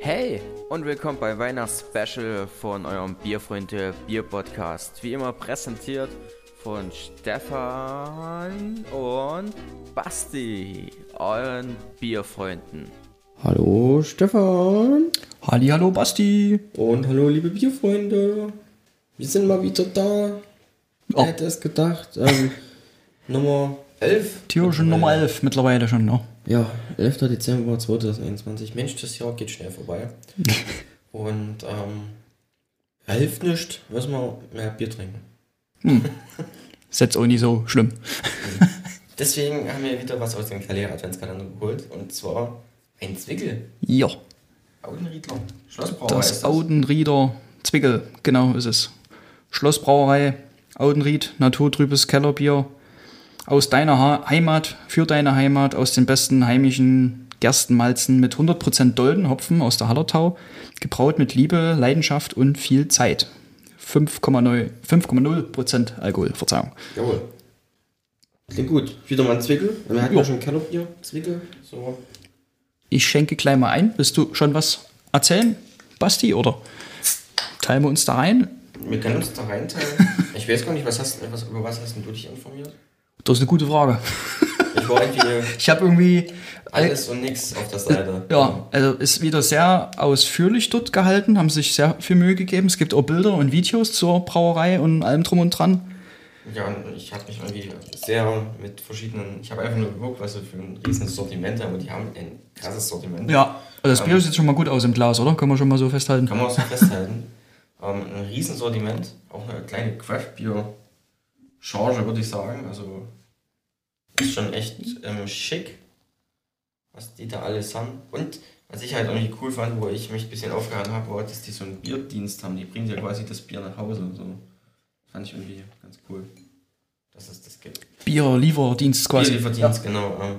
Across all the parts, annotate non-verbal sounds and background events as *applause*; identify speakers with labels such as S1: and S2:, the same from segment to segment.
S1: Hey und willkommen bei Weihnachtsspecial von eurem Bierfreunde Bier Podcast. Wie immer präsentiert von Stefan und Basti, euren Bierfreunden.
S2: Hallo Stefan
S3: Halli, hallo Basti.
S2: und hallo liebe Bierfreunde. Wir sind mal wieder da. Wer
S3: Oh.
S2: hätte es gedacht? Ähm, Nummer 11.
S3: Tür schon Nummer 11 mittlerweile schon, ne?
S2: Ja, 11. Dezember 2021. Mensch, das Jahr geht schnell
S3: *laughs*
S2: vorbei. Und ähm, ja, hilft nicht, müssen wir mehr Bier trinken.
S3: Ist jetzt auch nicht so schlimm.
S2: Deswegen haben wir wieder was aus dem Kalea Adventskalender geholt. Und zwar ein Zwickel.
S3: Ja,
S2: Audenriedler. Schlossbrauer
S3: das Audenrieder Zwickel, genau ist es. Schlossbrauerei, Audenried, naturtrübes Kellerbier. Aus deiner ha Heimat, für deine Heimat, aus den besten heimischen Gerstenmalzen mit 100% Dolden, Hopfen aus der Hallertau. Gebraut mit Liebe, Leidenschaft und viel Zeit. 5,9 5,0% Alkohol, Verzeihung.
S2: Jawohl. Klingt gut. Wieder mal ein Zwickel. Wir hatten
S3: Jo.
S2: ja schon Kellerbier. Zwickel. So.
S3: Ich schenke gleich mal ein. Willst du schon was erzählen, Basti, oder teilen wir uns da rein?
S2: Wir können uns da reinteilen.
S3: *laughs*
S2: Ich weiß gar nicht, was hast, was, über was hast denn du dich informiert?
S3: Das ist eine gute Frage.
S2: Ich war irgendwie
S3: *laughs* Ich habe irgendwie.
S2: alles und nichts auf der Seite.
S3: Ja, also ist wieder sehr ausführlich dort gehalten, haben sich sehr viel Mühe gegeben. Es gibt auch Bilder und Videos zur Brauerei und allem drum und dran.
S2: Ja, und ich habe mich irgendwie sehr mit verschiedenen. Ich habe einfach nur geguckt, was sie für ein riesen Sortiment haben. Und die haben ein krasses Sortiment.
S3: Ja, also das Bier sieht schon mal gut aus im Glas, oder? Können wir schon mal so festhalten.
S2: Kann man so festhalten. ähm, ein riesen Sortiment. Auch eine kleine Craft-Bier-Charge, würde ich sagen. Also ist schon echt ähm, schick, was die da alles haben. Und was ich halt auch nicht cool fand, wo ich mich ein bisschen aufgehangen habe, war, dass die so einen Bierdienst haben. Die bringen ja quasi das Bier nach Hause. und So. Fand ich irgendwie ganz cool, dass es das gibt.
S3: Bierlieferdienst quasi.
S2: Bierlieferdienst, genau. Ähm,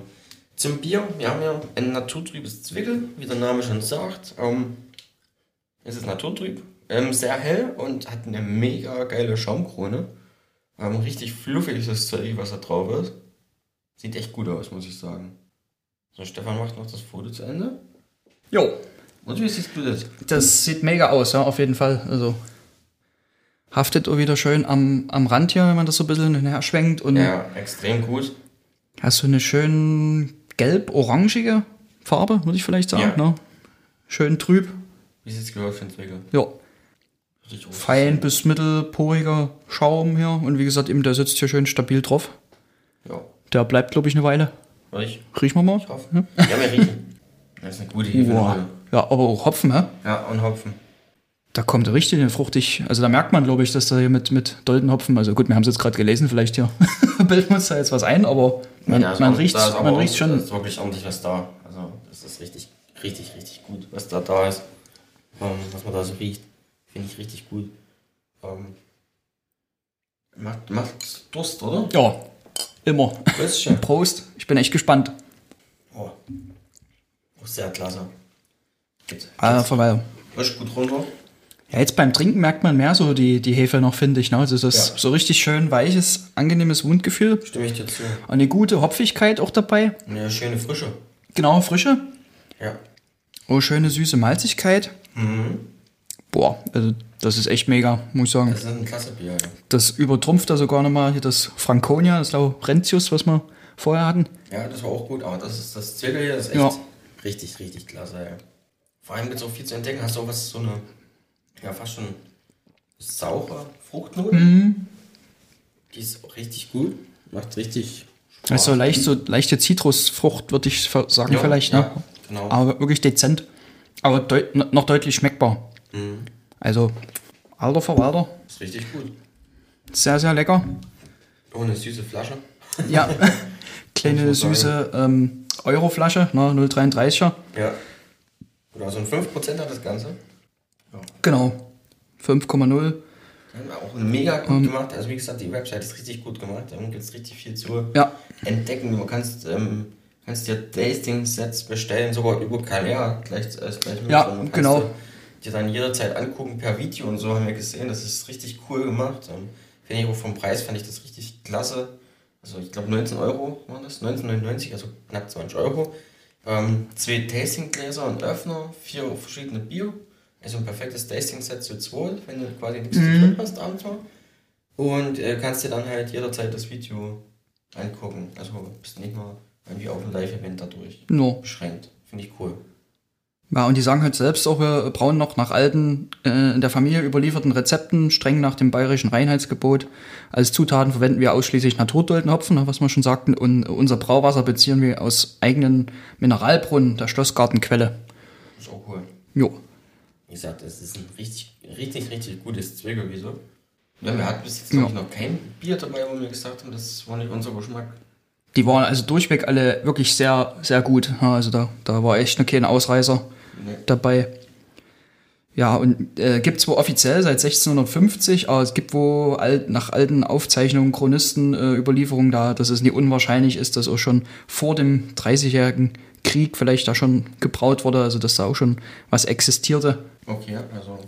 S2: zum Bier, wir haben ja ein naturtrübes Zwickel, wie der Name schon sagt. Ähm, es ist naturtrüb, ähm, sehr hell und hat eine mega geile Schaumkrone. Ähm, richtig fluffig ist das Zeug, was da drauf ist. Sieht echt gut aus, muss ich sagen. So, Stefan macht noch das Foto zu Ende.
S3: Jo,
S2: Und wie siehst du das?
S3: Das sieht mega aus, ja, auf jeden Fall. Also haftet auch wieder schön am, am Rand hier, wenn man das so ein bisschen hin und her schwenkt. Und
S2: Ja, extrem gut.
S3: hast du eine schön gelb-orangige Farbe, würde ich vielleicht sagen.
S2: Ja.
S3: Ne? Schön trüb.
S2: Wie sieht's gehört für den Zwickel?
S3: Ja,
S2: Richtig rot.
S3: fein bis mittelporiger Schaum hier. Und wie gesagt, eben der sitzt hier schön stabil drauf.
S2: Ja,
S3: Der bleibt, glaube ich, eine Weile.
S2: würde ich
S3: Riechen wir mal.
S2: drauf. Ja, wir riechen. Das ist eine gute Hefe.
S3: Hm? Boah. Ja, aber auch Hopfen, hä?
S2: Ja, und Hopfen.
S3: Da kommt richtig eine fruchtig. Also da merkt man, glaube ich, dass da hier mit, mit Dolden Hopfen, also gut, wir haben es jetzt gerade gelesen, vielleicht hier *laughs* bilden wir uns da jetzt was ein, aber man,
S2: Ja,
S3: man
S2: ist-
S3: riecht
S2: da ist aber
S3: man
S2: auch-
S3: riecht's
S2: Da
S3: schon.
S2: ist wirklich ordentlich was da. Also, das ist richtig, richtig, richtig gut, was da da ist. Ähm, was man da so riecht, finde ich richtig gut. Ähm, macht, macht Durst, oder?
S3: Ja, immer.
S2: Pröstchen.
S3: Prost, ich bin echt gespannt.
S2: Oh. oh, sehr klasse. Geht,
S3: Ah, vorbei.
S2: frisch gut runter.
S3: Ja, jetzt beim Trinken merkt man mehr so die, die Hefe noch, finde ich. Ne? Also das ist
S2: Ja.
S3: so richtig schön weiches, angenehmes Mundgefühl.
S2: Stimme ich dir zu.
S3: Eine gute Hopfigkeit auch dabei.
S2: Eine schöne Frische.
S3: Genau, Frische.
S2: Ja.
S3: Oh, schöne süße Malzigkeit.
S2: Mhm.
S3: Boah, also das ist echt mega, muss ich sagen.
S2: Das ist ein klasse Bier. ja.
S3: Das übertrumpft da sogar nochmal hier das Franconia, das Laurentius, was wir vorher hatten.
S2: Ja, das war auch gut, aber das ist das Zwickel hier, das ist echt
S3: Ja.
S2: richtig, richtig klasse. Ja. Vor allem gibt es auch viel zu entdecken. Hast du auch was, so eine, ja, fast schon saure Fruchtnote?
S3: Mhm.
S2: Die ist auch richtig gut. Macht richtig Spaß.
S3: Also leicht so leichte Zitrusfrucht, würde ich ver- sagen,
S2: Ja,
S3: vielleicht.
S2: ja,
S3: ne?
S2: genau.
S3: Aber wirklich dezent. Aber deut n- noch deutlich schmeckbar.
S2: Mhm.
S3: Also, alter Verwalter.
S2: Ist richtig gut.
S3: Sehr, sehr lecker.
S2: Oh, eine süße Flasche.
S3: Ja. Kleine
S2: Muss man
S3: süße ähm, Euroflasche, ne? 0,33er.
S2: Ja. Oder so ein 5% hat das Ganze.
S3: Genau. 5,0.
S2: Haben auch mega gut
S3: Ähm.
S2: gemacht. Also wie gesagt, die Website ist richtig gut gemacht. Da gibt es richtig viel zu
S3: Ja.
S2: entdecken. Du kannst, ähm, kannst dir Tasting-Sets bestellen, sogar über Kalea gleich als gleich mit.
S3: Ja,
S2: Und kannst
S3: genau.
S2: dir- Dir dann jederzeit angucken per Video und so haben wir gesehen. Das ist richtig cool gemacht. Ähm, Finde ich auch vom Preis fand ich das richtig klasse. Also ich glaube 19 Euro waren das, 19,99, also knapp 20 Euro. Ähm, zwei Tastinggläser und Öffner, vier verschiedene Bier. Also ein perfektes Tasting-Set zu zweit, wenn du quasi nichts
S3: Mhm.
S2: zu tun hast abends mal. Und äh, kannst dir dann halt jederzeit das Video angucken. Also bist nicht mal irgendwie auf ein Live-Event dadurch
S3: No.
S2: beschränkt. Finde ich cool.
S3: Ja, und die sagen halt selbst auch, wir brauen noch nach alten, äh, in der Familie überlieferten Rezepten, streng nach dem bayerischen Reinheitsgebot. Als Zutaten verwenden wir ausschließlich Naturtoldenhopfen, ne, was wir schon sagten, und unser Brauwasser beziehen wir aus eigenen Mineralbrunnen, der Schlossgartenquelle.
S2: Ist auch cool.
S3: Jo.
S2: Wie gesagt, es ist ein richtig, richtig, richtig gutes Zwickelwieso. Ja, wir hatten bis jetzt glaub ich, noch kein Bier dabei, wo wir gesagt haben, das war nicht unser Geschmack.
S3: Die waren also durchweg alle wirklich sehr, sehr gut. Ja, Also da, da war echt noch kein Ausreißer
S2: Nee.
S3: dabei. Ja, und äh, gibt wohl offiziell seit 1650, aber es gibt wohl alt, nach alten Aufzeichnungen, Chronisten, äh, Überlieferungen da, dass es nicht unwahrscheinlich ist, dass auch schon vor dem 30-jährigen Krieg vielleicht da schon gebraut wurde, also dass da auch schon was existierte.
S2: Okay, also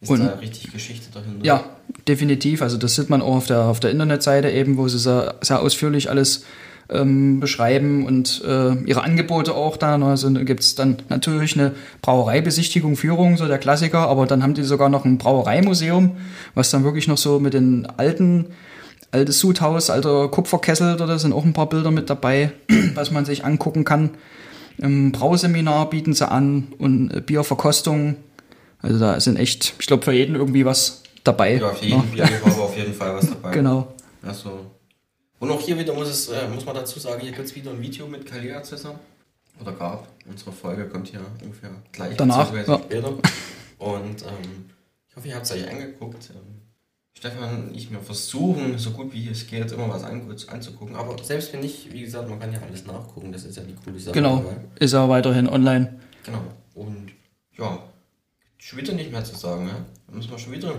S2: ist
S3: Und-
S2: da richtig Geschichte dahinter.
S3: Ja, definitiv. Also das sieht man auch auf der, auf der Internetseite eben, wo sie sehr, sehr ausführlich alles ähm, beschreiben und äh, ihre Angebote auch da. Ne? Also gibt es dann natürlich eine Brauereibesichtigung, Führung, so der Klassiker, aber dann haben die sogar noch ein Brauereimuseum, was dann wirklich noch so mit den alten, altes Sudhaus, alter Kupferkessel, da sind auch ein paar Bilder mit dabei, *clears throat* was man sich angucken kann. Im Brauseminar bieten sie an und äh, Bierverkostungen. Also da sind echt, ich glaube, für jeden irgendwie was dabei.
S2: Ja, für
S3: ne?
S2: jeden Bier war aber auf jeden Fall was dabei.
S3: Genau.
S2: Also. Und auch hier wieder muss, es, äh, muss man dazu sagen, hier gibt es wieder ein Video mit Kalea zusammen. Oder gab. Unsere Folge kommt hier ungefähr gleich
S3: Danach,
S2: beziehungsweise
S3: ja.
S2: später. Und ähm, ich hoffe, ihr habt es euch angeguckt. Ähm, Stefan und ich wir versuchen, so gut wie es geht, immer was an, anzugucken. Aber selbst wenn nicht, wie gesagt, man kann ja alles nachgucken. Das ist ja die coole Sache.
S3: Genau.
S2: dabei.
S3: Ist ja weiterhin online.
S2: Genau. Und ja, schon wieder nicht mehr zu sagen, ne? Da müssen wir schon wieder.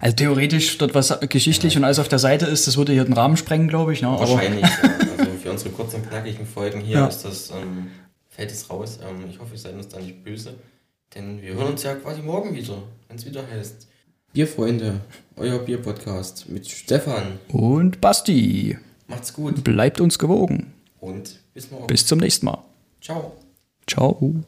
S3: Also theoretisch, dort was geschichtlich und alles auf der Seite ist, das würde hier den Rahmen sprengen, glaube ich. Ne? Aber
S2: Wahrscheinlich. ja. Also für unsere kurzen, knackigen Folgen hier
S3: Ja.
S2: ist das, ähm, fällt es raus. Ähm, ich hoffe, ihr seid uns da nicht böse. Denn wir hören uns ja quasi morgen wieder, wenn es wieder heißt. Bierfreunde, euer Bierpodcast mit Stefan.
S3: Und Basti,
S2: Macht's gut
S3: bleibt uns gewogen.
S2: und bis morgen.
S3: Bis zum nächsten Mal.
S2: Ciao.
S3: Ciao.